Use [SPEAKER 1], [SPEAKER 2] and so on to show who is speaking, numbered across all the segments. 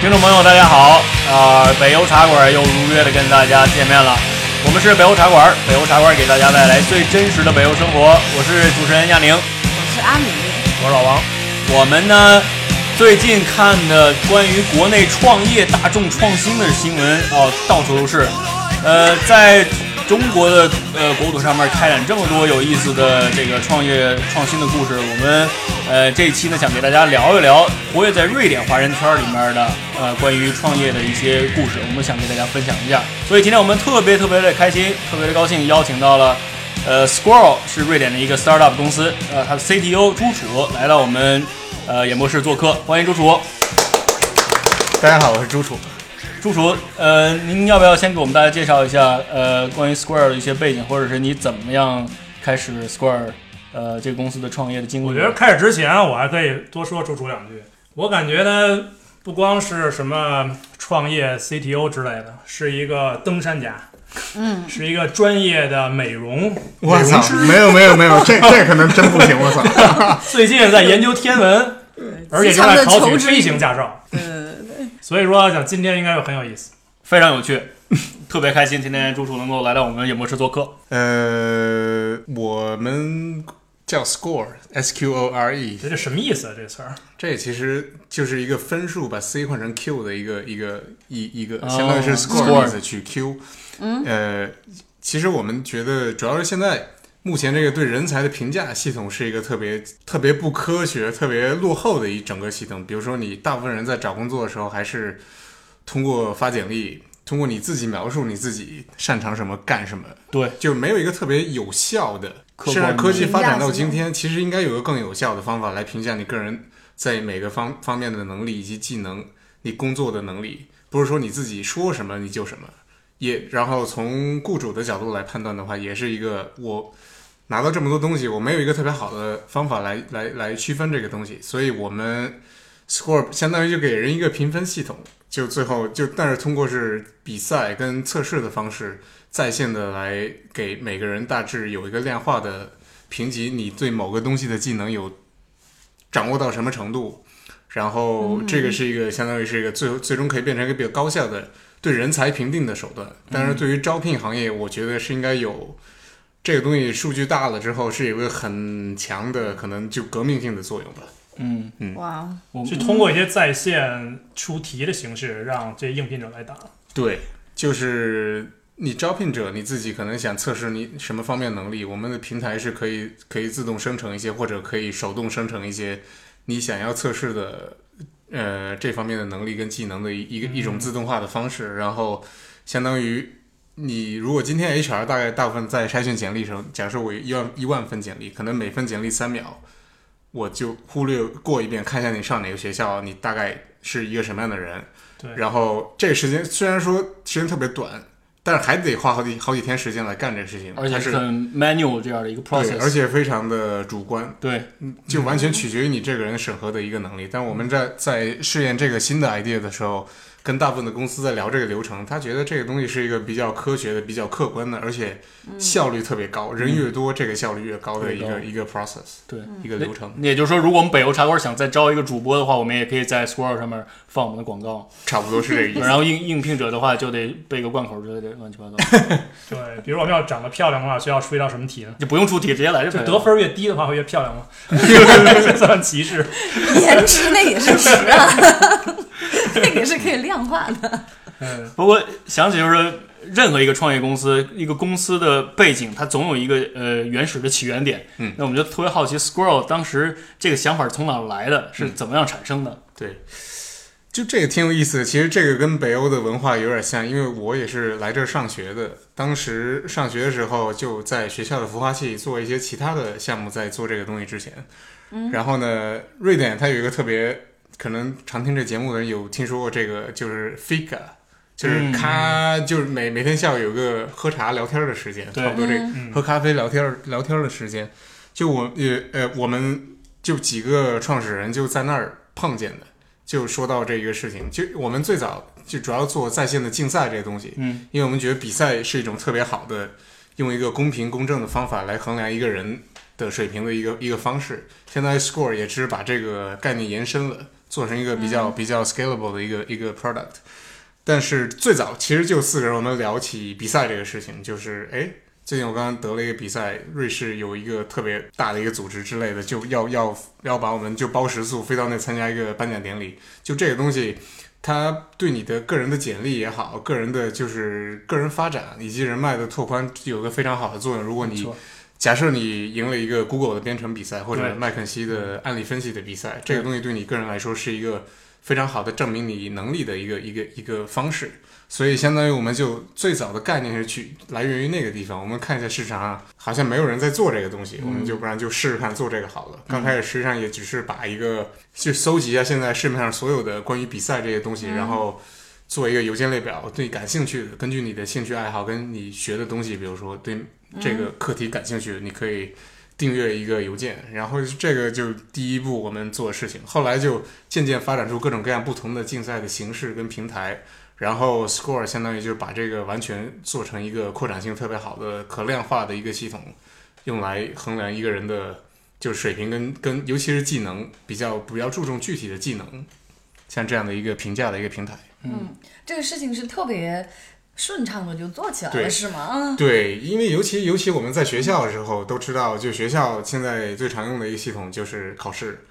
[SPEAKER 1] 听众朋友，大家好！啊、北邮茶馆又如约的跟大家见面了。我们是北邮茶馆，北邮茶馆给大家带来最真实的北邮生活。我是主持人亚宁，
[SPEAKER 2] 我是阿米，
[SPEAKER 1] 我是老王。我们呢，最近看的关于国内创业、大众创新的新闻哦，到处都是。呃，在中国的呃国土上面开展这么多有意思的这个创业创新的故事，我们呃这一期呢想给大家聊一聊活跃在瑞典华人圈里面的呃关于创业的一些故事，我们想给大家分享一下。所以今天我们特别特别的开心，特别的高兴，邀请到了。呃，Squirrel 是瑞典的一个 startup 公司，呃，它的 CTO 朱楚来到我们呃演播室做客，欢迎朱楚。
[SPEAKER 3] 大家啊好，我是朱楚。
[SPEAKER 1] 朱楚，呃，您要不要先给我们大家介绍一下，呃，关于 Square 的一些背景，或者是你怎么样开始 Square，呃，这个公司的创业的经历？
[SPEAKER 4] 我觉得开始之前，我还可以多说朱楚两句。我感觉呢，不光是什么创业 CTO 之类的，是一个登山家，
[SPEAKER 2] 嗯，
[SPEAKER 4] 是一个专业的美容。
[SPEAKER 3] 我
[SPEAKER 4] 美
[SPEAKER 3] 操
[SPEAKER 4] 容，师
[SPEAKER 3] 没有没有没有， 这这可能真不行，我操。
[SPEAKER 4] 最近在研究天文，而且
[SPEAKER 2] 极
[SPEAKER 4] 正
[SPEAKER 2] 强
[SPEAKER 4] 在
[SPEAKER 2] 的
[SPEAKER 4] 考
[SPEAKER 2] 求
[SPEAKER 4] 取
[SPEAKER 2] 知
[SPEAKER 4] 飞
[SPEAKER 2] 欲
[SPEAKER 4] 行驾照。
[SPEAKER 2] 对对对对，
[SPEAKER 4] 所以说，想今天应该会很有意思。
[SPEAKER 1] 非常有趣， 特别开心，今天朱楚能够来到我们演播室做客。
[SPEAKER 3] 呃，我们叫 score，S Q O R E，
[SPEAKER 4] 这这什么意思啊？这词儿？
[SPEAKER 3] 这其实就是一个分数，把 C 换成 Q 的一个一个一一个，相当于是
[SPEAKER 1] score
[SPEAKER 3] 哦 score 意思取 Q。嗯，呃，其实我们觉得，主要是现在目前这个对人才的评价系统是一个特别特别不科学、特别落后的一整个系统。比如说，你大部分人在找工作的时候，还是通过发简历，通过你自己描述你自己擅长什么、干什么，
[SPEAKER 1] 对，
[SPEAKER 3] 就没有一个特别有效的。
[SPEAKER 1] 客观
[SPEAKER 3] 现在科技
[SPEAKER 2] 的
[SPEAKER 3] 发展
[SPEAKER 2] 评价
[SPEAKER 3] 到
[SPEAKER 2] 系
[SPEAKER 3] 今
[SPEAKER 2] 统
[SPEAKER 3] 天，其实应该有个更有效的方法来评价你个人在每个方方面的能力以及技能，你工作的能力，不是说你自己说什么你就什么。也然后从雇主的角度来判断的话，也是一个我拿到这么多东西，我没有一个特别好的方法来来来区分这个东西，所以我们 score 相当于就给人一个评分系统，就最后就但是通过是比赛跟测试的方式在线的来给每个人大致有一个量化的评级，你对某个东西的技能有掌握到什么程度，然后这个是一个相当于是一个最最终可以变成一个比较高效的对人才评定的手段。但是对于招聘行业，我觉得是应该有这个东西数据大了之后是有一个很强的可能就革命性的作用吧。
[SPEAKER 1] 嗯，
[SPEAKER 2] 哇哦，
[SPEAKER 1] 我
[SPEAKER 4] 是通过一些在线出题的形式，让这应聘者来答。
[SPEAKER 3] 对，就是你招聘者你自己可能想测试你什么方面能力，我们的平台是可以可以自动生成一些，或者可以手动生成一些你想要测试的呃这方面的能力跟技能的一一个一种自动化的方式，然后相当于。你如果今天 HR 大概大部分在筛选简历时候，假设我一万一万份简历，可能每份简历三秒，我就忽略过一遍，看一下你上哪个学校，你大概是一个什么样的人，
[SPEAKER 4] 对，
[SPEAKER 3] 然后这个时间虽然说时间特别短，但是还得花好几好几天时间来干这个事情，
[SPEAKER 1] 而且
[SPEAKER 3] 嗯还是
[SPEAKER 1] 很 manual 这样的一个
[SPEAKER 3] 对，而
[SPEAKER 1] process，
[SPEAKER 3] 且非常的主观，
[SPEAKER 1] 对，
[SPEAKER 3] 就完全取决于你这个人审核的一个能力。但我们
[SPEAKER 1] 嗯
[SPEAKER 3] 在在试验这个新的 idea 的时候，跟大部分的公司在聊这个流程，他觉得这个东西是一个比较科学的、比较客观的，而且效率特别高，人越多这个效率越高的一
[SPEAKER 1] 越高
[SPEAKER 3] 个一个 process，
[SPEAKER 1] 对，
[SPEAKER 3] 一个嗯 流程，
[SPEAKER 1] 也就是说，如果我们北邮茶馆想再招一个主播的话，我们也可以在 Square 上面放我们的广告，
[SPEAKER 3] 差不多是这个意思。
[SPEAKER 1] 然后应应聘者的话就得背个贯口之类的乱七八糟，
[SPEAKER 4] 对，比如我们要长得漂亮的话，需要出一道什么题呢？
[SPEAKER 1] 就不用出题，直接来就可
[SPEAKER 4] 就
[SPEAKER 1] 以了。
[SPEAKER 4] 得分越低的话会越漂 亮吗？这算歧视。
[SPEAKER 2] 颜值那也是值啊， 那个是可以量化的。
[SPEAKER 4] 嗯，
[SPEAKER 1] 不过想起就是任何一个创业公司，一个公司的背景，它总有一个呃原始的起源点。
[SPEAKER 3] 嗯，
[SPEAKER 1] 那我们就特别好奇，Squirrel 当时这个想法从哪儿来的，
[SPEAKER 3] 嗯
[SPEAKER 1] 是怎么样产生的？
[SPEAKER 3] 对，就这个挺有意思的。其实这个跟北欧的文化有点像，因为我也是来这儿上学的。当时上学的时候，就在学校的孵化器做一些其他的项目，在做这个东西之前。嗯、然后呢，瑞典它有一个特别，可能常听这节目的人有听说过这个，就是 fika。就是
[SPEAKER 1] 嗯
[SPEAKER 3] 咖，就是每每天下午有个喝茶聊天的时间，
[SPEAKER 1] 对
[SPEAKER 3] 差不多这个、
[SPEAKER 4] 嗯
[SPEAKER 3] 喝咖啡聊天聊天的时间。就我也呃，我们就几个创始人就在那儿碰见的，就说到这一个事情。就我们最早就主要做在线的竞赛这个东西，
[SPEAKER 1] 嗯，
[SPEAKER 3] 因为我们觉得比赛是一种特别好的，用一个公平公正的方法来衡量一个人的水平的一个一个方式。现在 Score 也只是把这个概念延伸了，做成一个比较、比较 scalable 的一个一个 product。但是最早其实就四个人，我们聊起比赛这个事情，就是哎，最近我刚刚得了一个比赛，瑞士有一个特别大的一个组织之类的，就要要要把我们就包食宿飞到那参加一个颁奖典礼，就这个东西。它对你的个人的简历也好，个人的就是个人发展以及人脉的拓宽有个非常好的作用。如果
[SPEAKER 4] 没
[SPEAKER 3] 你
[SPEAKER 4] 错
[SPEAKER 3] 假设你赢了一个 Google 的编程比赛，或
[SPEAKER 4] 对嗯
[SPEAKER 3] 者麦肯锡的案例分析的比赛，这个
[SPEAKER 4] 对
[SPEAKER 3] 东西对你个人来说是一个非常好的证明你能力的一个一个一个方式。所以，相当于我们就最早的概念是去来源于那个地方。我们看一下市场上好像没有人在做这个东西，我
[SPEAKER 4] 嗯
[SPEAKER 3] 们就不然就试试看做这个好了。刚开始实际上也只是把一个去搜集一下现在市面上所有的关于比赛这些东西，然后做一个邮件列表，对你感兴趣的，根据你的兴趣爱好跟你学的东西，比如说对这个课题感兴趣，你可以订阅一个邮件，然后这个就是第一步我们做的事情。后来就渐渐发展出各种各样不同的竞赛的形式跟平台，然后 Score 相当于就是把这个完全做成一个扩展性特别好的可量化的一个系统，用来衡量一个人的就是水平跟跟尤其是技能比较比较注重具体的技能，像这样的一个评价的一个平台。
[SPEAKER 2] 这个事情是特别顺畅的就做起来了，
[SPEAKER 3] 对
[SPEAKER 2] 是吗？嗯，
[SPEAKER 3] 对，因为尤其尤其我们在学校的时候都知道，就学校现在最常用的一个系统就是考试，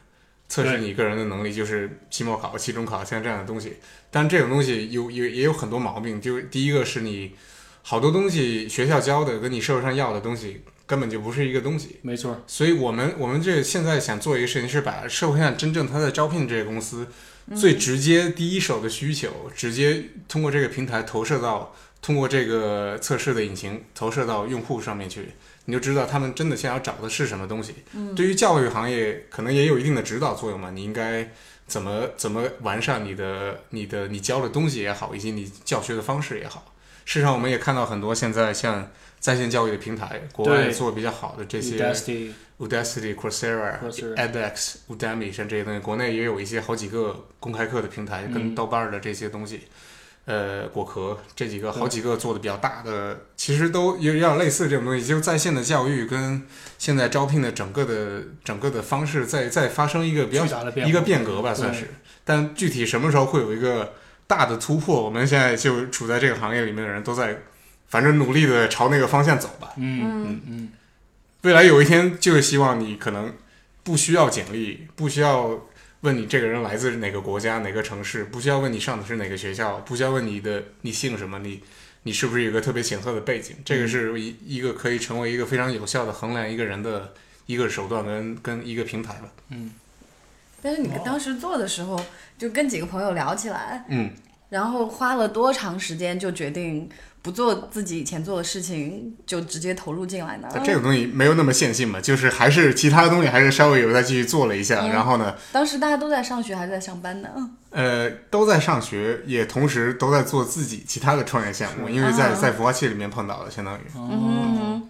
[SPEAKER 3] 测试
[SPEAKER 4] 对
[SPEAKER 3] 你个人的能力，就是期末考、期中考像这样的东西。但这种东西有有也有很多毛病，就第一个是你好多东西学校教的跟你社会上要的东西根本就不是一个东西。
[SPEAKER 4] 没错，
[SPEAKER 3] 所以我们我们这现在想做一个事情，是把社会上真正他在招聘这些公司最直接第一手的需求，直接通过这个平台投射到，通过这个测试的引擎投射到用户上面去，你就知道他们真的想要找的是什么东西。对于教育行业，可能也有一定的指导作用嘛，你应该。怎么怎么完善你的你的你教的东西也好，以及你教学的方式也好。事实上，我们也看到很多现在像在线教育的平台，国外
[SPEAKER 4] 对
[SPEAKER 3] 做得比较好的这些
[SPEAKER 4] Udacity
[SPEAKER 3] Udacity、Coursera、
[SPEAKER 4] Coursera
[SPEAKER 3] edX、Udemy 像这些东西，国内也有一些好几个公开课的平台，跟
[SPEAKER 4] 嗯
[SPEAKER 3] 豆瓣儿的这些东西，呃，果壳这几个
[SPEAKER 4] 对
[SPEAKER 3] 好几个做的比较大的，其实都有点类似这种东西，就是在线的教育跟现在招聘的整个的整个的方式在在发生一个比较
[SPEAKER 4] 巨大的变化
[SPEAKER 3] 一个变革吧，
[SPEAKER 4] 对
[SPEAKER 3] 算是。但具体什么时候会有一个大的突破，我们现在就处在这个行业里面的人都在，反正努力的朝那个方向走吧。
[SPEAKER 4] 嗯嗯嗯，
[SPEAKER 3] 未来有一天，就是希望你可能不需要简历，不需要问你这个人来自哪个国家、哪个城市，不需要问你上的是哪个学校，不需要问你的你姓什么，你你是不是有一个特别显赫的背景，这
[SPEAKER 4] 嗯
[SPEAKER 3] 个是一一个可以成为一个非常有效的衡量一个人的一个手段跟跟一个平台吧。
[SPEAKER 2] 但是你当时做的时候，就跟几个朋友聊起来，
[SPEAKER 3] 嗯，
[SPEAKER 2] 然后花了多长时间就决定不做自己以前做的事情，就直接投入进来呢？
[SPEAKER 3] 但啊这个东西没有那么线性嘛，就是还是其他的东西还是稍微有再继续做了一下，
[SPEAKER 2] 嗯
[SPEAKER 3] 然后呢，
[SPEAKER 2] 当时大家都在上学还是在上班呢？嗯
[SPEAKER 3] 呃，都在上学，也同时都在做自己其他的创业项目，因为在
[SPEAKER 2] 啊
[SPEAKER 3] 在孵化器里面碰到的，相当于。
[SPEAKER 2] 嗯，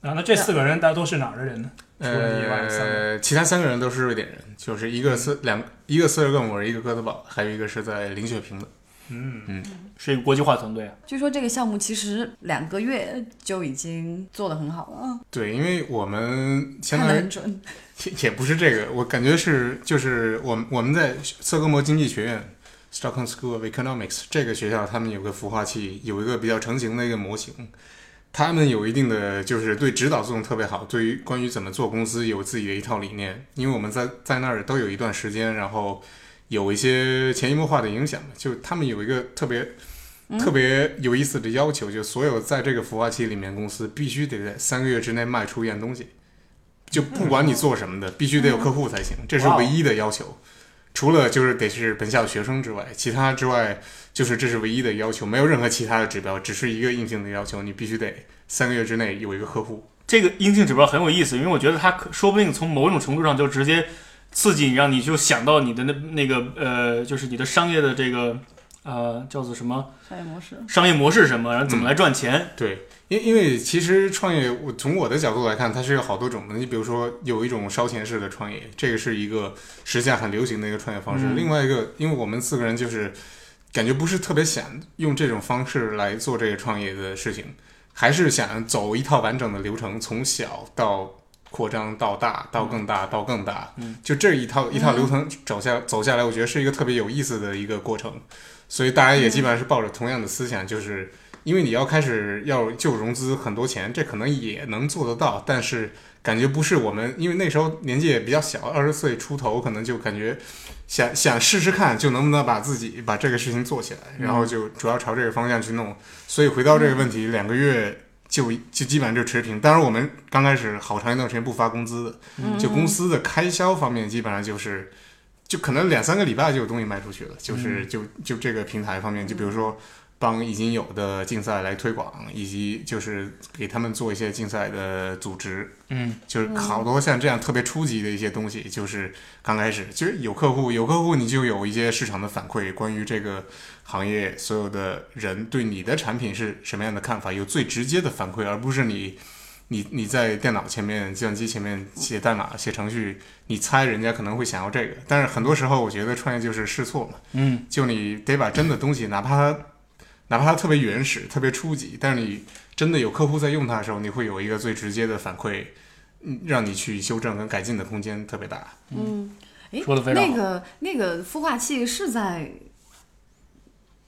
[SPEAKER 4] 然啊后那这四个人大家都是哪儿的人呢？除了你以外，三个嗯
[SPEAKER 3] 呃，其他三个人都是瑞典人，就是一个斯两一个斯德哥尔摩人，一个哥德堡，还有一个是在林雪平的。
[SPEAKER 4] 嗯
[SPEAKER 3] 嗯
[SPEAKER 4] 是一个国际化团队啊，
[SPEAKER 2] 据说这个项目其实两个月就已经做得很好了，嗯
[SPEAKER 3] 对，因为我们相
[SPEAKER 2] 看得
[SPEAKER 3] 当于
[SPEAKER 2] 很准。
[SPEAKER 3] 也也不是这个，我感觉是就是我们我们在斯德哥尔摩经济学院 Stockholm School of Economics 这个学校，他们有个孵化器，有一个比较成型的一个模型。他们有一定的就是对指导作用特别好，对于关于怎么做公司有自己的一套理念。因为我们在在那儿都有一段时间，然后有一些潜移默化的影响，就他们有一个特别、
[SPEAKER 4] 嗯
[SPEAKER 3] 特别有意思的要求，就所有在这个孵化器里面公司必须得在三个月之内卖出一样东西，就不管你做什么的，必须得有客户才行，这是
[SPEAKER 4] 哇哦
[SPEAKER 3] 唯一的要求。除了就是得是本校学生之外，其他之外就是这是唯一的要求，没有任何其他的指标，只是一个硬性的要求，你必须得三个月之内有一个客户。
[SPEAKER 1] 这个阴性指标很有意思，因为我觉得它可说不定从某种程度上就直接刺激你，让你就想到你的那那个呃，就是你的商业的这个呃叫做什么
[SPEAKER 2] 商业模式，
[SPEAKER 1] 商业模式什么，然后怎么来赚钱。
[SPEAKER 3] 对，因因为其实创业，我从我的角度来看，它是有好多种的。你比如说，有一种烧钱式的创业，这个是一个时下很流行的一个创业方式。
[SPEAKER 1] 嗯
[SPEAKER 3] 另外一个，因为我们四个人就是感觉不是特别想用这种方式来做这个创业的事情，还是想走一套完整的流程，从小到扩张到大，到更大，到更大，
[SPEAKER 1] 嗯，
[SPEAKER 3] 就这一套一套流程走下走下来，我觉得是一个特别有意思的一个过程，所以大家也基本上是抱着同样的思想，就是因为你要开始要就融资很多钱，这可能也能做得到，但是感觉不是我们，因为那时候年纪也比较小，二十岁出头，可能就感觉想想试试看，就能不能把自己把这个事情做起来，然后就主要朝这个方向去弄。所以回到这个问题，两个月就就基本上就持平。当然，我们刚开始好长一段时间不发工资的，就公司的开销方面，基本上就是就可能两三个礼拜就有东西卖出去了，就是就就这个平台方面，就比如说。帮已经有的竞赛来推广，以及就是给他们做一些竞赛的组织，
[SPEAKER 1] 嗯，
[SPEAKER 3] 就是好多像这样特别初级的一些东西，就是刚开始就是有客户，有客户你就有一些市场的反馈，关于这个行业所有的人对你的产品是什么样的看法，有最直接的反馈，而不是你你你在电脑前面、计算机前面写代码、写程序，你猜人家可能会想要这个，但是很多时候我觉得创业就是试错嘛，
[SPEAKER 1] 嗯，
[SPEAKER 3] 就你得把真的东西，哪怕它哪怕它特别原始、特别初级，但是你真的有客户在用它的时候，你会有一个最直接的反馈，嗯让你去修正跟改进的空间特别大。
[SPEAKER 2] 嗯，诶
[SPEAKER 1] 说得非常好
[SPEAKER 2] 那个那个孵化器是在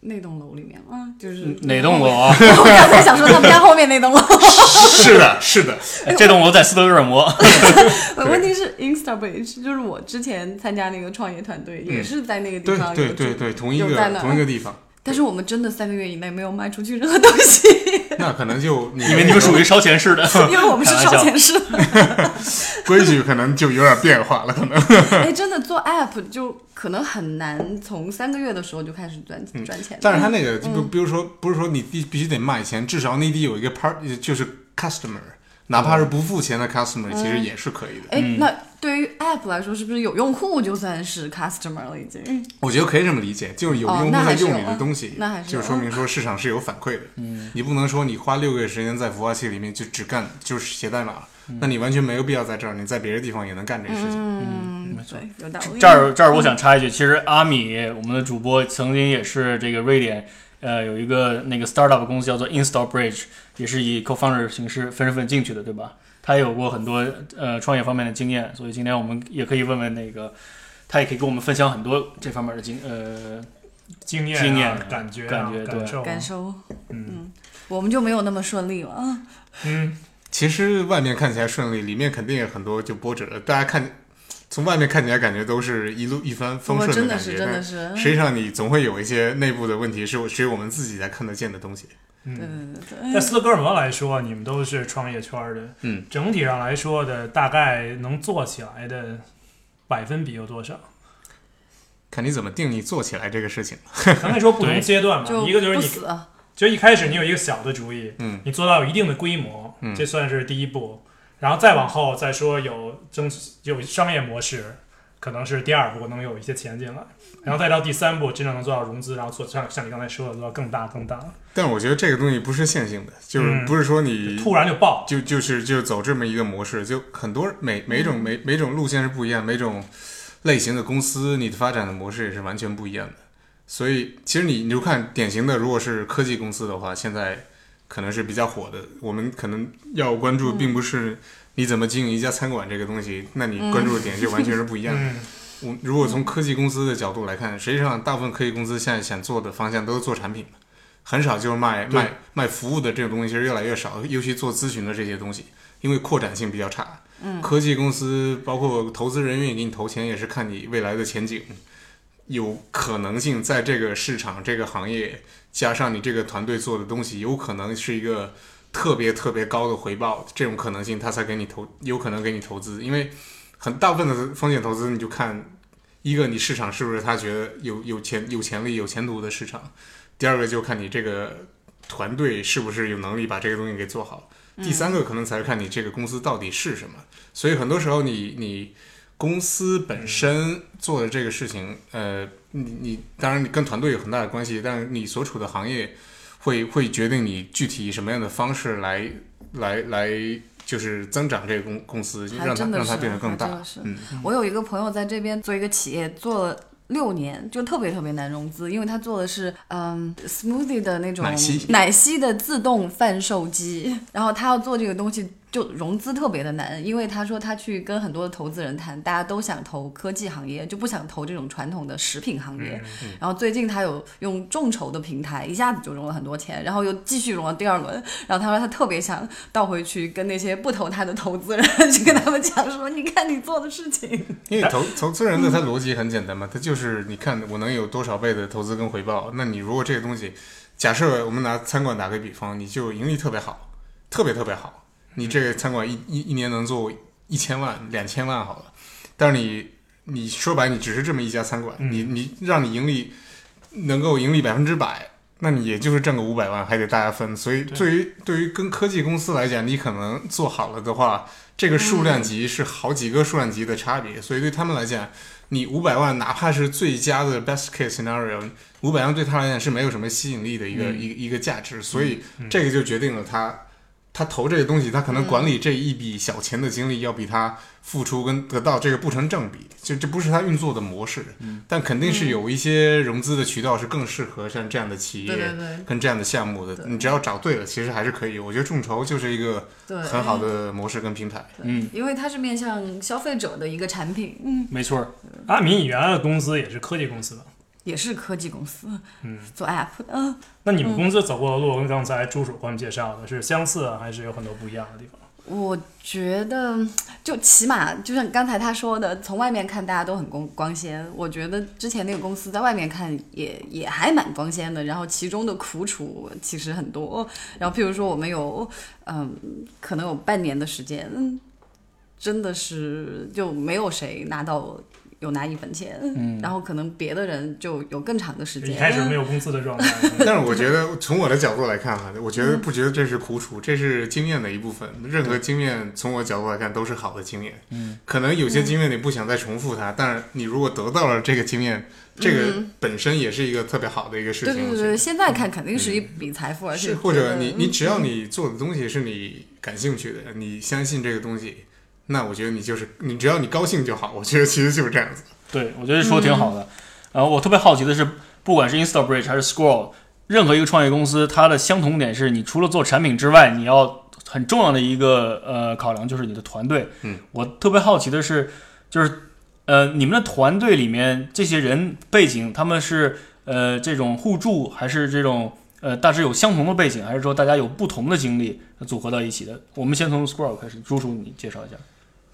[SPEAKER 2] 那栋楼里面吗？就是
[SPEAKER 1] 哪栋楼？啊？
[SPEAKER 2] 我刚才想说他们家后面那 栋楼，
[SPEAKER 3] 是 的，是的，
[SPEAKER 1] 哎这栋楼在斯德哥尔摩。
[SPEAKER 2] 问题是 Instabage，就是我之前参加那个创业团队
[SPEAKER 1] 嗯
[SPEAKER 2] 也是在那个地
[SPEAKER 3] 对
[SPEAKER 2] 方有
[SPEAKER 3] 对
[SPEAKER 2] 住
[SPEAKER 3] 对，对，同一
[SPEAKER 2] 有在
[SPEAKER 3] 个
[SPEAKER 2] 哪
[SPEAKER 3] 同一个地方，
[SPEAKER 2] 但是我们真的三个月以内没有卖出去任何东 西，
[SPEAKER 3] 那可能就你
[SPEAKER 1] 以为你们属于烧钱式的，
[SPEAKER 2] 因为我们是
[SPEAKER 1] 开玩笑
[SPEAKER 2] 烧钱式。
[SPEAKER 3] 规矩，可能就有点变化了，可能。
[SPEAKER 2] 哎，真的做 app 就可能很难从三个月的时候就开始赚
[SPEAKER 3] 嗯
[SPEAKER 2] 赚钱。
[SPEAKER 3] 但是他那个，
[SPEAKER 2] 嗯
[SPEAKER 3] 就比如说，不是说你必必须得卖钱，至少你得有一个 part，就是 customer，哪怕是不付钱的 customer，其实也是可以的。
[SPEAKER 2] 哎，
[SPEAKER 1] 嗯
[SPEAKER 2] 那对于 app 来说，是不是有用户就算是 customer 了？已经，
[SPEAKER 3] 我觉得可以这么理解，就是有
[SPEAKER 2] 哦
[SPEAKER 3] 用
[SPEAKER 2] 那
[SPEAKER 3] 户在
[SPEAKER 2] 还是
[SPEAKER 3] 用
[SPEAKER 2] 有
[SPEAKER 3] 你的
[SPEAKER 2] 嗯
[SPEAKER 3] 东西，
[SPEAKER 2] 那还是
[SPEAKER 3] 就
[SPEAKER 2] 有
[SPEAKER 3] 说
[SPEAKER 2] 嗯
[SPEAKER 3] 明说市场是有反馈的。嗯，你不能说你花六个月时间在孵化器里面就只干就是写代码，那你完全没有必要在这儿，你在别的地方也能干这个事情。
[SPEAKER 2] 嗯，对，有 道理。
[SPEAKER 1] 这儿这儿我想插一句，其实阿米我们的主播曾经也是这个瑞典，呃，有一个那个 startup 公司叫做 Install Bridge，也是以 co-founder 形式身份进去的，对吧？他有过很多呃创业方面的经验，所以今天我们也可以问问那个，他也可以跟我们分享很多这方面的经呃
[SPEAKER 4] 经验、啊、
[SPEAKER 1] 经验啊
[SPEAKER 4] 感觉、啊、
[SPEAKER 1] 感觉对
[SPEAKER 4] 受啊、
[SPEAKER 2] 感受，
[SPEAKER 4] 嗯
[SPEAKER 2] 我们就没有那么顺利了啊。
[SPEAKER 4] 嗯，
[SPEAKER 3] 其实外面看起来顺利，里面肯定有很多就波折。大家看从外面看起来感觉都是一路一帆风
[SPEAKER 2] 我
[SPEAKER 3] 顺
[SPEAKER 2] 真
[SPEAKER 3] 感
[SPEAKER 2] 的
[SPEAKER 3] 觉，
[SPEAKER 2] 是，真的是
[SPEAKER 3] 但，实际上你总会有一些内部的问题，是我只有我们自己才看得见的东西。
[SPEAKER 2] 对对对对
[SPEAKER 4] 在斯德哥尔摩来说，你们都是创业圈的，
[SPEAKER 3] 嗯，
[SPEAKER 4] 整体上来说的大概能做起来的百分比有多少？
[SPEAKER 3] 看你怎么定义做起来这个事情。
[SPEAKER 4] 刚才说不同
[SPEAKER 1] 对
[SPEAKER 4] 阶段嘛，
[SPEAKER 2] 就
[SPEAKER 4] 一个就是
[SPEAKER 2] 不
[SPEAKER 4] 你
[SPEAKER 2] 死啊，
[SPEAKER 4] 就一开始你有一个小的主意，
[SPEAKER 3] 嗯，
[SPEAKER 4] 你做到有一定的规模，
[SPEAKER 3] 嗯
[SPEAKER 4] 这算是第一步，然后再往后再说有争有商业模式，可能是第二步能有一些钱进来，然后再到第三步真正能做到融资，然后做像像你刚才说的做到更大更大，
[SPEAKER 3] 但我觉得这个东西不是线性的，就是
[SPEAKER 4] 嗯
[SPEAKER 3] 不是说
[SPEAKER 4] 就
[SPEAKER 3] 你
[SPEAKER 4] 突然就爆，
[SPEAKER 3] 就就是就走这么一个模式，就很多每每
[SPEAKER 4] 嗯
[SPEAKER 3] 种每每种路线是不一样，每种类型的公司你的发展的模式也是完全不一样的。所以其实你你就看典型的，如果是科技公司的话，现在可能是比较火的。我们可能要关
[SPEAKER 4] 嗯
[SPEAKER 3] 注并不是你怎么经营一家餐馆这个东西，那你关注的点就完全是不一样的。
[SPEAKER 4] 嗯，
[SPEAKER 3] 我如果从科技公司的角度来看，实际上大部分科技公司现在想做的方向都是做产品，很少就是卖
[SPEAKER 4] 对
[SPEAKER 3] 卖卖服务的这种东西是越来越少，尤其做咨询的这些东西，因为扩展性比较差。嗯，科技公司包括投资人愿意给你投钱，也是看你未来的前景，有可能性在这个市场、这个行业加上你这个团队做的东西，有可能是一个特别特别高的回报，这种可能性他才给你投，有可能给你投资，因为很大部分的风险投资你就看一个你市场是不是他觉得有有潜有潜力有前途的市场，第二个就看你这个团队是不是有能力把这个东西给做好，
[SPEAKER 2] 嗯
[SPEAKER 3] 第三个可能才是看你这个公司到底是什么。所以很多时候你你公司本身做的这个事情，呃，你你当然你跟团队有很大的关系，但是你所处的行业会会决定你具体以什么样的方式来来来就是增长这个公公司，
[SPEAKER 2] 还
[SPEAKER 3] 让它
[SPEAKER 2] 真的
[SPEAKER 3] 让它
[SPEAKER 2] 是
[SPEAKER 3] 变得更
[SPEAKER 2] 还真
[SPEAKER 3] 大
[SPEAKER 2] 的是。
[SPEAKER 3] 嗯，
[SPEAKER 2] 我有一个朋友在这边做一个企业，做了六年，就特别特别难融资，因为他做的是嗯 smoothie 的那种
[SPEAKER 3] 奶昔
[SPEAKER 2] 奶昔的自动贩售机，然后他要做这个东西。就融资特别的难，因为他说他去跟很多的投资人谈，大家都想投科技行业，就不想投这种传统的食品行
[SPEAKER 3] 嗯
[SPEAKER 2] 业。嗯然后最近他有用众筹的平台，一下子就融了很多钱，然后又继续融了第二轮。然后他说他特别想倒回去跟那些不投他的投资人 去跟他们讲说，你看你做的事情。
[SPEAKER 3] 因为投投资人的他逻辑很简单嘛，他就是你看我能有多少倍的投资跟回报。那你如果这个东西，假设我们拿餐馆打个比方，你就盈利特别好，特别特别好，你这个餐馆一一一年能做一千万、两千万好了，但是你你说白，你只是这么一家餐馆，你你让你盈利能够盈利百分之百。那你也就是挣个五百万，还得大家分。所以，对于对于跟科技公司来讲，你可能做好了的话，这
[SPEAKER 2] 嗯
[SPEAKER 3] 个数量级是好几个数量级的差别，所以对他们来讲，你五百万哪怕是最佳的 best case scenario，五百万对他来讲是没有什么吸引力的一个、
[SPEAKER 2] 嗯
[SPEAKER 3] 一个一个价值，所以这个就决定了他他投这个东西，他可
[SPEAKER 2] 嗯
[SPEAKER 3] 能管理这一笔小钱的精力要比他付出跟得到这个不成正比，就这不是他运作的模式，
[SPEAKER 2] 嗯
[SPEAKER 3] 但肯定是有一些融资的渠道是更适合像这样的企业。
[SPEAKER 2] 对
[SPEAKER 3] 跟这样的项目的，你只要找对了，其实还是可以。我觉得众筹就是一个
[SPEAKER 2] 对嗯
[SPEAKER 3] 很好的模式跟平台。
[SPEAKER 1] 嗯，
[SPEAKER 2] 因为它是面向消费者的一个产品，嗯
[SPEAKER 1] 没错儿，
[SPEAKER 4] 阿米，你原来的公司也是科技公司吧？
[SPEAKER 2] 也是科技公司，
[SPEAKER 4] 嗯，
[SPEAKER 2] 做 app 的，嗯，
[SPEAKER 4] 那你们公司走过的路跟刚才朱主给我们介绍的是相似的，还是有很多不一样的地方？
[SPEAKER 2] 我觉得就起码就像刚才他说的，从外面看大家都很光光鲜，我觉得之前那个公司在外面看也也还蛮光鲜的，然后其中的苦楚其实很多，然后譬如说我们有嗯，可能有半年的时间，真的是就没有谁拿到。有拿一分钱，然后可能别的人就有更长的时
[SPEAKER 4] 嗯就一
[SPEAKER 2] 间。
[SPEAKER 4] 开始没有公司的状态，
[SPEAKER 3] 但是我觉得，从我的角度来看啊，我觉得不觉得这是苦楚，这是经验的一部分。任何经验，从我角度来看都是好的经验。嗯，可能有些经验你不想再重复它，但是你如果得到了这个经验，这个本身也是一个特别好的一个事
[SPEAKER 2] 对
[SPEAKER 3] 情。
[SPEAKER 2] 对嗯
[SPEAKER 3] 我
[SPEAKER 2] 对
[SPEAKER 3] 觉
[SPEAKER 2] 对，
[SPEAKER 3] 得
[SPEAKER 2] 现在看肯定是一笔财富，而且
[SPEAKER 3] 是或者
[SPEAKER 2] 觉得嗯
[SPEAKER 3] 你你只要你做的东西是你感兴趣的，你相信这个东西，那我觉得你就是你只要你高兴就好。我觉得其实就是这样子。
[SPEAKER 1] 对我觉得说得挺好的。然后我特别好奇的是，不管是 InstaBridge 还是 Scroll，任何一个创业公司，它的相同点是你除了做产品之外，你要很重要的一个呃考量就是你的团队。
[SPEAKER 3] 嗯，
[SPEAKER 1] 我特别好奇的是，就是呃你们的团队里面这些人背景，他们是呃这种互助，还是这种呃大致有相同的背景，还是说大家有不同的经历组合到一起的？我们先从 Scroll 开始，朱叔你介绍一下。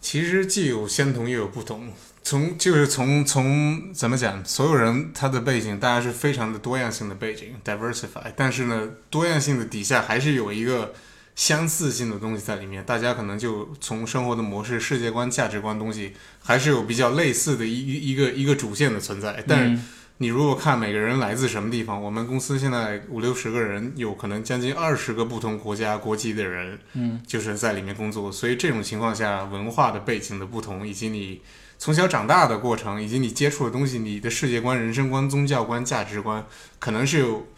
[SPEAKER 3] 其实既有相同又有不同，从就是从从怎么讲，所有人他的背景，大家是非常的多样性的背景 diversify，但是呢，多样性的底下还是有一个相似性的东西在里面，大家可能就从生活的模式、世界观、价值观东西，还是有比较类似的一一一个一个主线的存在，但是。
[SPEAKER 1] 嗯
[SPEAKER 3] 你如果看每个人来自什么地方，我们公司现在五六十个人，有可能将近二十个不同国家、国籍的人，嗯，就是在里面工作。所以这种情况下，文化的背景的不同，以及你从小长大的过程，以及你接触的东西，你的世界观、人生观、宗教观、价值观，可能是有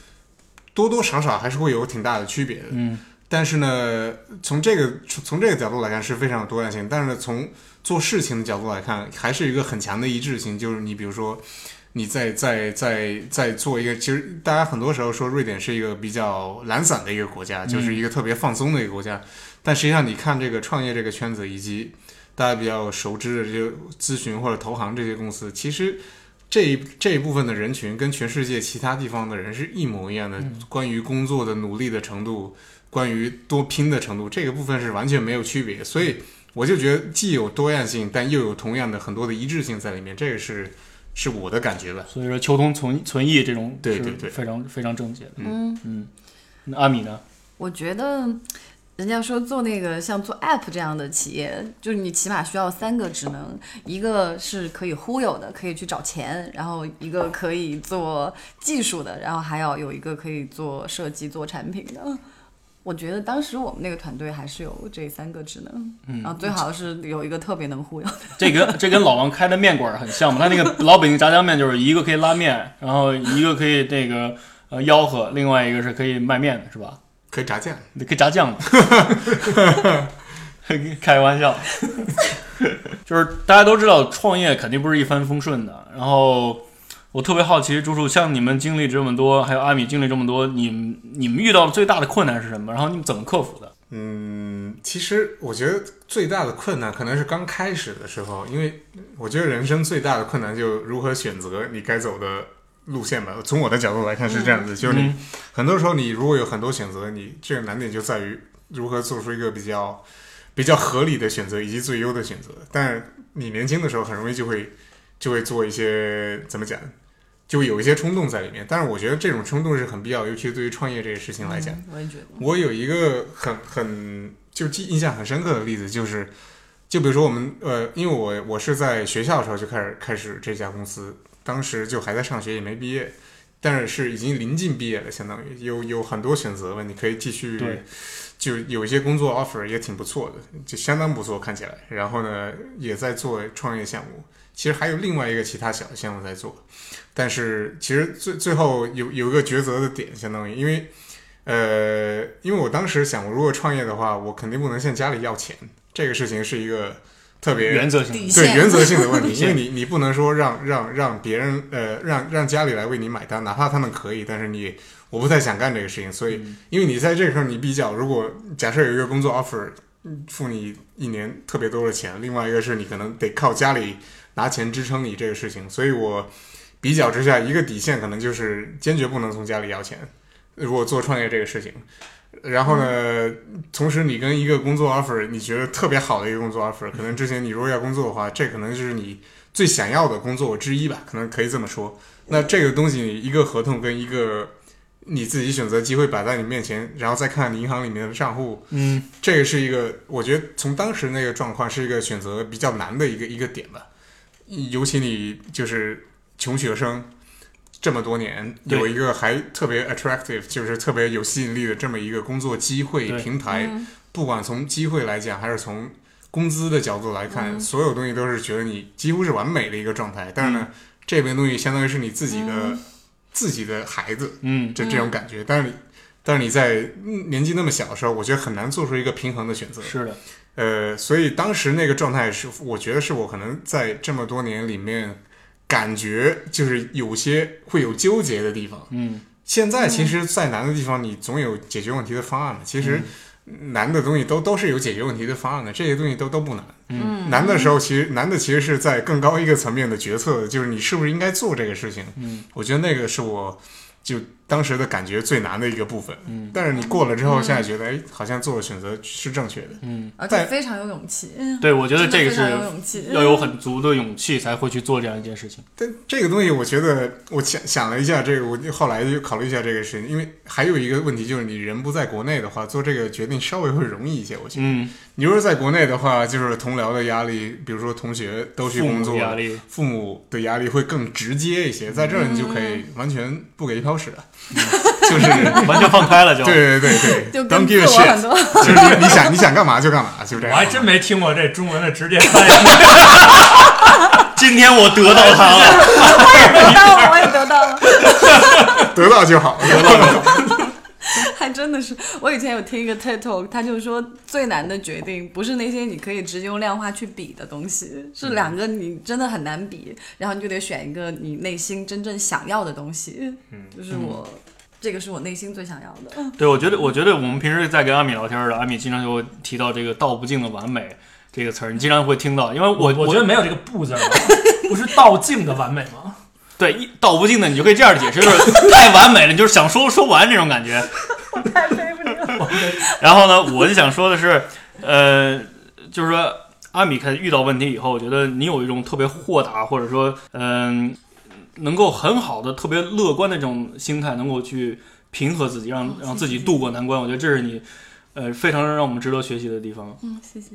[SPEAKER 3] 多多少少还是会有挺大的区别的。
[SPEAKER 1] 嗯，
[SPEAKER 3] 但是呢，从这个从从这个角度来看是非常有多样性，但是呢，从做事情的角度来看，还是有一个很强的一致性，就是你比如说。你在在在在做一个，其实大家很多时候说瑞典是一个比较懒散的一个国家，就是一个特别放松的一个国家。但实际上，你看这个创业这个圈子，以及大家比较熟知的这些咨询或者投行这些公司，其实这一这一部分的人群跟全世界其他地方的人是一模一样的。关于工作的努力的程度，关于多拼的程度，这个部分是完全没有区别。所以我就觉得既有多样性，但又有同样的很多的一致性在里面，这个是是我的感觉吧。
[SPEAKER 1] 所以说求同存存异这种
[SPEAKER 3] 对
[SPEAKER 1] 是
[SPEAKER 3] 对对
[SPEAKER 1] 非常非常正解的。
[SPEAKER 2] 嗯，
[SPEAKER 1] 嗯，那阿米呢？
[SPEAKER 2] 我觉得人家说做那个像做 app 这样的企业，就是你起码需要三个职能，一个是可以忽悠的，可以去找钱，然后一个可以做技术的，然后还要有一个可以做设计、做产品的。我觉得当时我们那个团队还是有这三个职能，
[SPEAKER 3] 嗯
[SPEAKER 2] 然后最好是有一个特别能忽悠。
[SPEAKER 1] 这跟这跟老王开的面馆儿很像嘛？他那个老北京炸酱面就是一个可以拉面，然后一个可以那个呃吆喝，另外一个是可以卖面的，是吧？
[SPEAKER 3] 可以炸酱，
[SPEAKER 1] 你可以炸酱嘛？ 开玩笑， 就是大家都知道创业肯定不是一帆风顺的。然后我特别好奇，朱叔，像你们经历这么多，还有阿米经历这么多，你们你们遇到的最大的困难是什么？然后你们怎么克服的？
[SPEAKER 3] 嗯，其实我觉得最大的困难可能是刚开始的时候，因为我觉得人生最大的困难就如何选择你该走的路线吧。从我的角度来看是这样子，就是你、很多时候你如果有很多选择，你这个难点就在于如何做出一个比较比较合理的选择以及最优的选择。但你年轻的时候很容易就会就会做一些怎么讲，就会有一些冲动在里面。但是我觉得这种冲动是很必要，尤其是对于创业这个事情来讲。
[SPEAKER 2] 嗯我也觉得，
[SPEAKER 3] 我有一个很很就记印象很深刻的例子，就是就比如说我们呃，因为我我是在学校的时候就开始开始这家公司，当时就还在上学，也没毕业，但是是已经临近毕业了，相当于有有很多选择了，你可以继续
[SPEAKER 1] 对
[SPEAKER 3] 就有一些工作 offer 也挺不错的，就相当不错看起来。然后呢，也在做创业项目，其实还有另外一个其他小的项目在做，但是其实最最后有有一个抉择的点，相当于因为呃，因为我当时想，我如果创业的话，我肯定不能向家里要钱，这个事情是一个特别
[SPEAKER 1] 原则性
[SPEAKER 2] 底
[SPEAKER 1] 的。
[SPEAKER 3] 对
[SPEAKER 2] 线
[SPEAKER 3] 原则性的问题，因
[SPEAKER 1] 线
[SPEAKER 3] 为你你不能说让让让别人呃让让家里来为你买单，哪怕他们可以，但是你我不太想干这个事情，所以、因为你在这个时候你比较，如果假设有一个工作 offer 嗯付你一年特别多的钱，另外一个是你可能得靠家里拿钱支撑你这个事情，所以我比较之下一个底线可能就是坚决不能从家里要钱，如果做创业这个事情。然后呢，同时你跟一个工作 offer，你觉得特别好的一个工作 offer，可能之前你如果要工作的话，这可能就是你最想要的工作之一吧，可能可以这么说。那这个东西，一个合同跟一个你自己选择机会摆在你面前，然后再看你银行里面的账户，
[SPEAKER 1] 嗯，
[SPEAKER 3] 这个是一个，我觉得从当时那个状况是一个选择比较难的一个一个点吧。尤其你就是穷学生，这么多年
[SPEAKER 1] 对
[SPEAKER 3] 有一个还特别 attractive，就是特别有吸引力的这么一个工作机会
[SPEAKER 1] 对
[SPEAKER 3] 平台，不管从机会来讲，还是从工资的角度来
[SPEAKER 1] 嗯
[SPEAKER 3] 看，所有东西都是觉得你几乎是完美的一个状态。但是呢，
[SPEAKER 1] 嗯
[SPEAKER 3] 这边东西相当于是你自己的、自己的孩子，
[SPEAKER 1] 嗯，
[SPEAKER 3] 这这种感觉。但是你，但是你在嗯年纪那么小的时候，我觉得很难做出一个平衡的选择。
[SPEAKER 1] 是的，
[SPEAKER 3] 呃，所以当时那个状态是，我觉得是我可能在这么多年里面，感觉就是有些会有纠结的地方。
[SPEAKER 1] 嗯，
[SPEAKER 3] 现在其实再难的地方，你总有解决问题的方案嘛。其实难的东西都都是有解决问题的方案的，这些东西都都不难。
[SPEAKER 2] 嗯，
[SPEAKER 3] 难的时候，其实难的其实是在更高一个层面的决策，就是你是不是应该做这个事情。
[SPEAKER 1] 嗯，
[SPEAKER 3] 我觉得那个是我就当时的感觉最难的一个部分。嗯，但是你过了之后，现在觉得，哎，好像做的选择是正确的。
[SPEAKER 2] 而
[SPEAKER 3] 在
[SPEAKER 2] 且非常有勇气，嗯
[SPEAKER 1] 对，我觉得这个
[SPEAKER 2] 真的非常有
[SPEAKER 1] 是
[SPEAKER 2] 勇气，
[SPEAKER 1] 要有很足的勇气才会去做这样一件事情。
[SPEAKER 3] 但这个东西，我觉得我想想了一下，这个我后来就考虑一下这个事情，因为还有一个问题就是，你人不在国内的话，做这个决定稍微会容易一些。我觉得，
[SPEAKER 1] 嗯，
[SPEAKER 3] 你如果在国内的话，就是同僚的压力，比如说同学都去
[SPEAKER 1] 父
[SPEAKER 3] 工
[SPEAKER 1] 母
[SPEAKER 3] 作，
[SPEAKER 1] 压力，
[SPEAKER 3] 父母的压力会更直接一些，在这儿你就可
[SPEAKER 2] 嗯
[SPEAKER 3] 以完全不给一泡屎了，
[SPEAKER 1] 嗯
[SPEAKER 3] 就是
[SPEAKER 1] 完全放开了就。
[SPEAKER 3] 对对对对
[SPEAKER 2] 就
[SPEAKER 3] ，Don't
[SPEAKER 2] 跟
[SPEAKER 3] give
[SPEAKER 2] 自
[SPEAKER 3] a
[SPEAKER 2] 我很
[SPEAKER 3] shit，
[SPEAKER 2] 多，
[SPEAKER 3] 就是你想你想干嘛就干嘛，就这
[SPEAKER 4] 我
[SPEAKER 3] 样。
[SPEAKER 4] 还真没听过这中文的直接翻译，
[SPEAKER 1] 今天我得到它了。
[SPEAKER 2] 我也得到了，我也得到了。
[SPEAKER 3] 得到就好，
[SPEAKER 2] 还真的是，我以前有听一个 TED Talk，他就说最难的决定不是那些你可以直接用量化去比的东西，是两个你真的很难比，然后你就得选一个你内心真正想要的东西。嗯，就是我，这个是我内心最想要的。
[SPEAKER 1] 对，我觉得，我觉得我们平时在跟阿米聊天儿的，阿米经常就会提到这个“道不尽的完美”这个词儿，你经常会听到，因为我
[SPEAKER 4] 我觉得没有这个“不”字儿吧，不是道尽的完美吗？
[SPEAKER 1] 对一道不尽的，你就可以这样解释，就是 太完美了，你就是想说说完这种感觉。
[SPEAKER 2] 太佩服你了。
[SPEAKER 1] 然后呢，我就想说的是，呃，就是说阿米开始遇到问题以后，我觉得你有一种特别豁达，或者说，嗯、能够很好的、特别乐观的这种心态，能够去平和自己，
[SPEAKER 2] 哦
[SPEAKER 1] 让让自己渡过难关。我觉得这是你，呃，非常让我们值得学习的地 方。
[SPEAKER 2] 嗯，谢谢。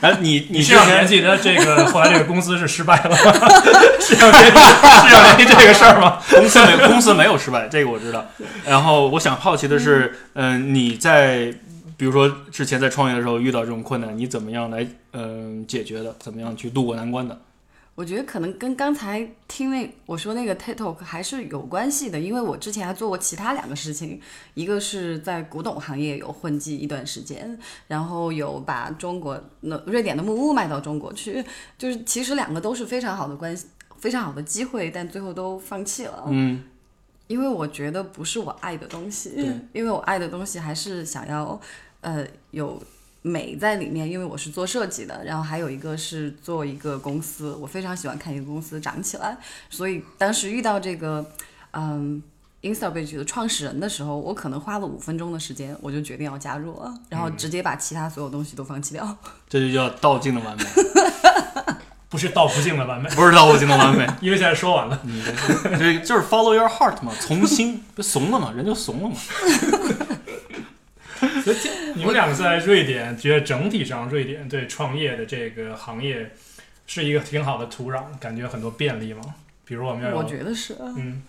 [SPEAKER 1] 哎，你你之
[SPEAKER 4] 这两
[SPEAKER 1] 前
[SPEAKER 4] 年记得这个后来这个公司是失败了吗？
[SPEAKER 1] 是要联系，是要联系这个事儿吗？公司没公司没有失败，这个我知道。然后我想好奇的是，嗯、你在比如说之前在创业的时候遇到这种困难，你怎么样来嗯、解决的？怎么样去渡过难关的？
[SPEAKER 2] 我觉得可能跟刚才听那我说那个 TED Talk 还是有关系的，因为我之前还做过其他两个事情，一个是在古董行业有混迹一段时间，然后有把中国那瑞典的木屋卖到中国去，就是其实两个都是非常好的关系，非常好的机会，但最后都放弃了。
[SPEAKER 1] 嗯，
[SPEAKER 2] 因为我觉得不是我爱的东西
[SPEAKER 1] 对，
[SPEAKER 2] 因为我爱的东西还是想要呃有美在里面，因为我是做设计的，然后还有一个是做一个公司，我非常喜欢看一个公司长起来，所以当时遇到这个嗯 Instabridge 的创始人的时候，我可能花了五分钟的时间，我就决定要加入了，然后直接把其他所有东西都放弃掉。
[SPEAKER 1] 这就叫道尽的完美，
[SPEAKER 4] 不是道不尽的完美，
[SPEAKER 1] 不是道尽的完 美，
[SPEAKER 4] 因为现在说完了，
[SPEAKER 1] 对，就是 follow your heart 嘛，从心，不怂了嘛，人就怂了嘛。
[SPEAKER 4] 所以这你们两个在瑞典，觉得整体上瑞典对创业的这个行业是一个挺好的土壤，感觉很多便利吗？比如我们要有，
[SPEAKER 2] 我觉得是，
[SPEAKER 4] 嗯，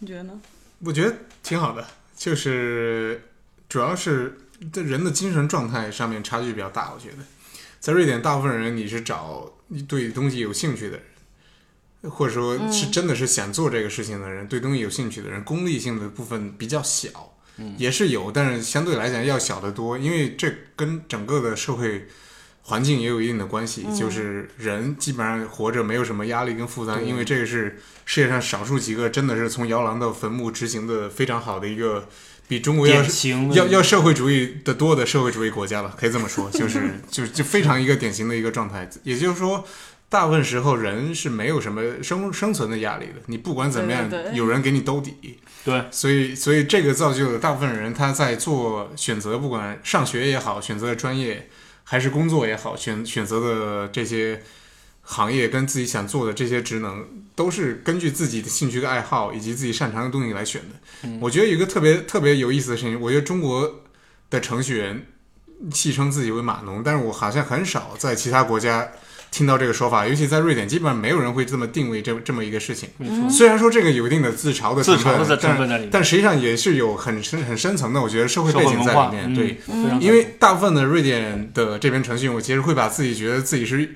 [SPEAKER 2] 你觉得呢？
[SPEAKER 3] 我觉得挺好的，就是主要是这人的精神状态上面差距比较大。我觉得在瑞典，大部分人你是找对东西有兴趣的人，或者说是真的是想做这个事情的
[SPEAKER 1] 嗯
[SPEAKER 3] 人，对东西有兴趣的人，功利性的部分比较小，
[SPEAKER 1] 嗯
[SPEAKER 3] 也是有，但是相对来讲要小得多，因为这跟整个的社会。环境也有一定的关系，
[SPEAKER 1] 嗯
[SPEAKER 3] 就是人基本上活着没有什么压力跟负担，因为这个是世界上少数几个真的是从摇篮到坟墓执行的非常好的一个，比中国要
[SPEAKER 1] 典型的
[SPEAKER 3] 要要社会主义的多的社会主义国家吧，可以这 么说，就是就是就非常一个典型的一个状态。也就是说，大部分时候人是没有什么生生存的压力的，你不管怎么样，
[SPEAKER 2] 对对对
[SPEAKER 3] 有人给你兜底。
[SPEAKER 1] 对，
[SPEAKER 3] 所以所以这个造就了大部分人他在做选择，不管上学也好，选择的专业还是工作也好，选选择的这些行业跟自己想做的这些职能，都是根据自己的兴趣跟爱好以及自己擅长的东西来选的。
[SPEAKER 1] 嗯
[SPEAKER 3] 我觉得有一个特别特别有意思的事情，我觉得中国的程序员戏称自己为码农，但是我好像很少在其他国家。听到这个说法，尤其在瑞典，基本上没有人会这么定位这这么一个事情。
[SPEAKER 1] 没错，
[SPEAKER 3] 虽然说这个有一定的自嘲的
[SPEAKER 1] 自
[SPEAKER 3] 成
[SPEAKER 1] 嘲
[SPEAKER 3] 分，
[SPEAKER 1] 的
[SPEAKER 3] 但
[SPEAKER 1] 成分在里面，
[SPEAKER 3] 但实际上也是有很深很深层的，我觉得社会
[SPEAKER 1] 社
[SPEAKER 3] 背
[SPEAKER 1] 会
[SPEAKER 3] 景
[SPEAKER 1] 文
[SPEAKER 3] 在里
[SPEAKER 1] 化，
[SPEAKER 3] 面。
[SPEAKER 1] 嗯
[SPEAKER 3] 对，，
[SPEAKER 1] 非常
[SPEAKER 3] 因为大部分的瑞典的这边程序员，我其实会把自己觉得自己是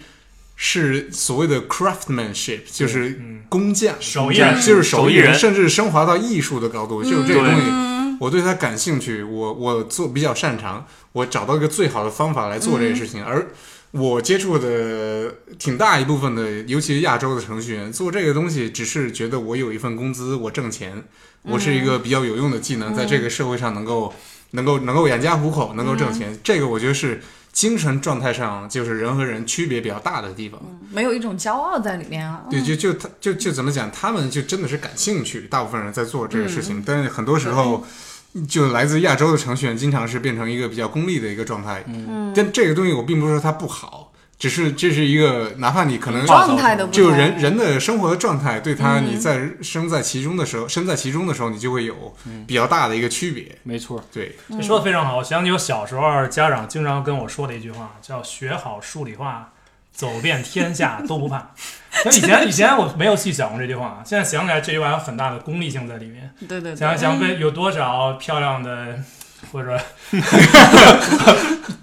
[SPEAKER 3] 是所谓的 craftsmanship，就是
[SPEAKER 4] 嗯
[SPEAKER 3] 工匠、
[SPEAKER 4] 手艺
[SPEAKER 3] 人，
[SPEAKER 4] 人嗯
[SPEAKER 3] 就是手艺
[SPEAKER 1] 手艺人
[SPEAKER 3] 甚至升华到艺术的高度，就是这个
[SPEAKER 1] 对
[SPEAKER 3] 东西。我对它感兴趣，我我做比较擅长，我找到一个最好的方法来做这个事
[SPEAKER 4] 嗯
[SPEAKER 3] 情。而我接触的挺大一部分的，尤其是亚洲的程序员，做这个东西只是觉得我有一份工资，我挣钱，
[SPEAKER 4] 嗯
[SPEAKER 3] 我是一个比较有用的技能，在这个社会上能够能够能够养家糊口，能够
[SPEAKER 4] 嗯
[SPEAKER 3] 挣钱，这个我觉得是精神状态上就是人和人区别比较大的地方。
[SPEAKER 2] 嗯没有一种骄傲在里面啊。
[SPEAKER 3] 对，就就他就就怎么讲，他们就真的是感兴趣，大部分人在做这个事
[SPEAKER 2] 嗯
[SPEAKER 3] 情，但是很多时候。就来自亚洲的程序员，经常是变成一个比较功利的一个状态。嗯，但这个东西我并不是说它不好，只是这是一个，哪怕你可能
[SPEAKER 2] 状态的不
[SPEAKER 3] 就
[SPEAKER 2] 同，嗯
[SPEAKER 3] 人人的生活的状态，对他你在身在其中的时候，身在其中的时候，你就会有比较大的一个区别。
[SPEAKER 1] 没错，
[SPEAKER 3] 对，
[SPEAKER 4] 这
[SPEAKER 2] 嗯
[SPEAKER 4] 说的非常好。我想起我小时候家长经常跟我说的一句话，叫“学好数理化，走遍天下都不怕”。 因为以前以前我没有细想过这句话，现在想起来这句话有很大的功利性在里面。
[SPEAKER 2] 对对
[SPEAKER 4] 想
[SPEAKER 2] 对，
[SPEAKER 4] 想为有多少漂亮的，或者说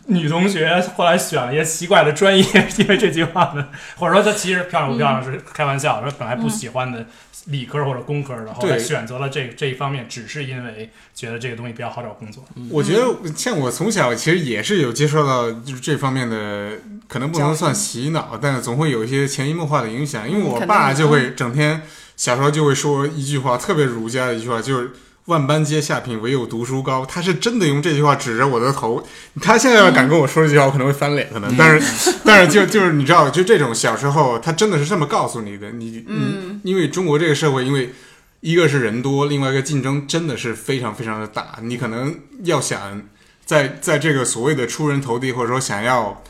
[SPEAKER 4] 女同学后来选了一些奇怪的专业，因为这句话呢，或者说她其实漂亮不漂亮是开玩笑，说本来不喜欢的理科或者工科的，后来
[SPEAKER 3] 对
[SPEAKER 4] 选择了这这一方面，只是因为觉得这个东西比较好找工作。
[SPEAKER 3] 我觉得像我从小其实也是有接受到就是这方面的，可能不能算洗脑，但是总会有一些潜移默化的影响。因为我
[SPEAKER 2] 肯定
[SPEAKER 3] 爸
[SPEAKER 2] 的
[SPEAKER 3] 就会整天小时候就会说一句话，特别儒家的一句话，就是“万般皆下品，唯有读书高”。他是真的用这句话指着我的头。他现在要敢跟我说这句话，我可能会翻脸，可能。但是， 但是就就是你知道，就这种小时候，他真的是这么告诉你的。你嗯你，因为中国这个社会，因为一个是人多，另外一个竞争真的是非常非常的大。你可能要想在在这个所谓的出人头地，或者说想要，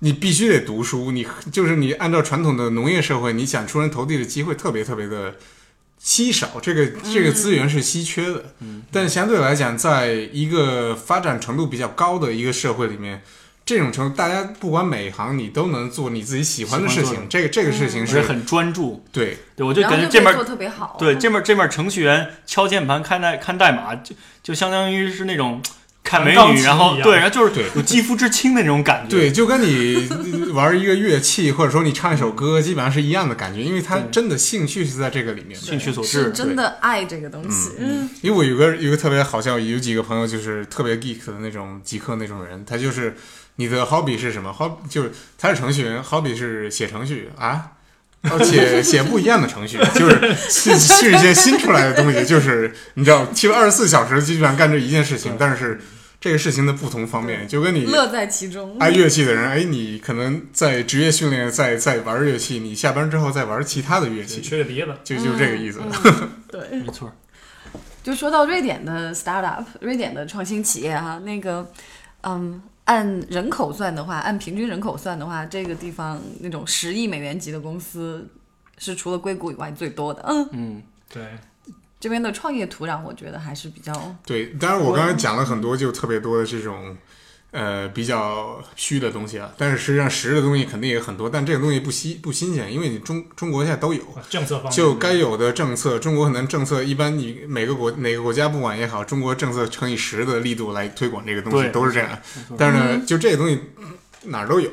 [SPEAKER 3] 你必须得读书。你就是你按照传统的农业社会，你想出人头地的机会特别特别的稀少，这个这个资源是稀缺的。嗯、但相对来讲，在一个发展程度比较高的一个社会里面。这种程度，大家不管每一行，你都能做你自己喜欢的
[SPEAKER 1] 喜欢
[SPEAKER 3] 事
[SPEAKER 1] 做的嗯
[SPEAKER 3] 情。这个这个事情
[SPEAKER 1] 而
[SPEAKER 3] 是、
[SPEAKER 1] 且很专注。
[SPEAKER 3] 对，
[SPEAKER 1] 对，我就
[SPEAKER 2] 然
[SPEAKER 1] 感
[SPEAKER 2] 后
[SPEAKER 1] 觉
[SPEAKER 2] 就
[SPEAKER 1] 这
[SPEAKER 2] 可以
[SPEAKER 1] 边
[SPEAKER 2] 做特别好。
[SPEAKER 1] 对，这面这面程序员敲键盘看代看代码，就就相当于是那种看美
[SPEAKER 4] 弹钢
[SPEAKER 1] 女，
[SPEAKER 4] 琴
[SPEAKER 1] 然后
[SPEAKER 4] 一样
[SPEAKER 1] 对，然后就是
[SPEAKER 3] 对
[SPEAKER 1] 有肌肤之亲的那种感觉。
[SPEAKER 3] 对，就跟你玩一个乐器，或者说你唱一首歌，基本上是一样的感觉，因为他
[SPEAKER 1] 对
[SPEAKER 3] 真的兴趣是在这个里面的。
[SPEAKER 1] 兴趣所
[SPEAKER 2] 是
[SPEAKER 1] 致，
[SPEAKER 2] 真的爱这个东西，嗯，
[SPEAKER 3] 因为我有个有个特别好笑，有几个朋友就是特别 geek 的那种极客那种人，他就是你的 hobby 是什么？hobby 就是他是程序员，hobby 是写程序啊。而且写不一样的程序，就是是是一些新出来的东西，就是你知道，其实二十四小时基本上干这一件事情，但是这个事情的不同方面，就跟你
[SPEAKER 2] 乐在其中。
[SPEAKER 3] 爱乐器的人，哎，你可能在职业训练，在在玩乐器，你下班之后再玩其他的乐器，
[SPEAKER 4] 缺个碟子，
[SPEAKER 3] 就就这个意思。
[SPEAKER 2] 嗯对，
[SPEAKER 1] 没错，
[SPEAKER 2] 就说到瑞典的 startup，瑞典的创新企业哈、那个，嗯，按人口算的话，按平均人口算的话，这个地方那种十亿美元级的公司是除了硅谷以外最多的。嗯，
[SPEAKER 1] 嗯，
[SPEAKER 4] 对，
[SPEAKER 2] 这边的创业土壤我觉得还是比较
[SPEAKER 3] 对，当然我刚才讲了很多，就特别多的这种呃比较虚的东西啊，但是实际上实的东西肯定也很多，但这个东西不新不新鲜，因为你中中国现在都有。
[SPEAKER 4] 政策方面
[SPEAKER 3] 就该有的政策，中国可能政策一般，你每个国哪个国家不管也好，中国政策乘以十的力度来推广这个东西
[SPEAKER 1] 对
[SPEAKER 3] 都是这样。但是
[SPEAKER 4] 嗯
[SPEAKER 3] 呢，就这个东西哪儿都有，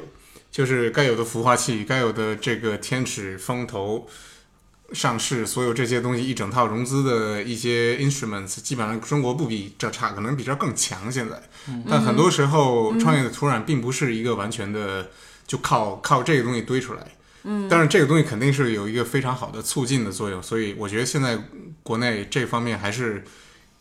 [SPEAKER 3] 就是该有的孵化器，该有的这个天使风投上市，所有这些东西一整套融资的一些 instruments，基本上中国不比这差，可能比这更强。现在，但很多时候创业的土壤并不是一个完全的就靠靠这个东西堆出来。嗯，但是这个东西肯定是有一个非常好的促进的作用，所以我觉得现在国内这方面还是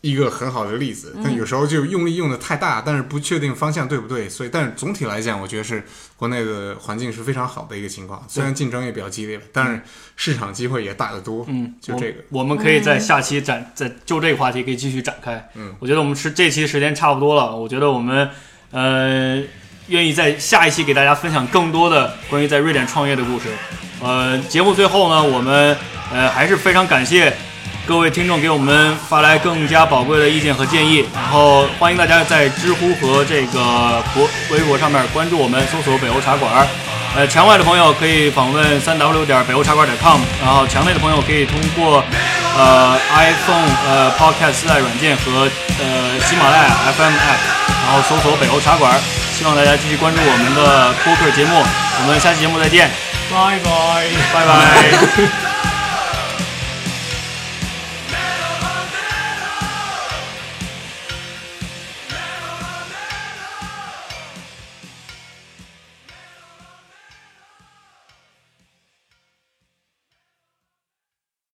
[SPEAKER 3] 一个很好的例子。但有时候就用力用的太大，但是不确定方向对不对，所以但是总体来讲，我觉得是国内的环境是非常好的一个情况。虽然竞争也比较激烈，但是市场机会也大得多。
[SPEAKER 1] 嗯，
[SPEAKER 3] 就这个
[SPEAKER 1] 我，我们可以在下期展，在就这个话题可以继续展开。
[SPEAKER 3] 嗯，
[SPEAKER 1] 我觉得我们是这期时间差不多了，我觉得我们呃愿意在下一期给大家分享更多的关于在瑞典创业的故事。呃，节目最后呢，我们呃还是非常感谢各位听众给我们发来更加宝贵的意见和建议，然后欢迎大家在知乎和这个博微博上面关注我们，搜索“北欧茶馆儿”。呃，墙外的朋友可以访问三 w 点北欧茶馆点 com，然后墙内的朋友可以通过呃 iPhone 呃 Podcast 自带软件和呃喜马拉雅 FM app，然后搜索“北欧茶馆儿”。希望大家继续关注我们的播客节目，我们下期节目再见，
[SPEAKER 4] 拜拜。
[SPEAKER 1] 拜拜。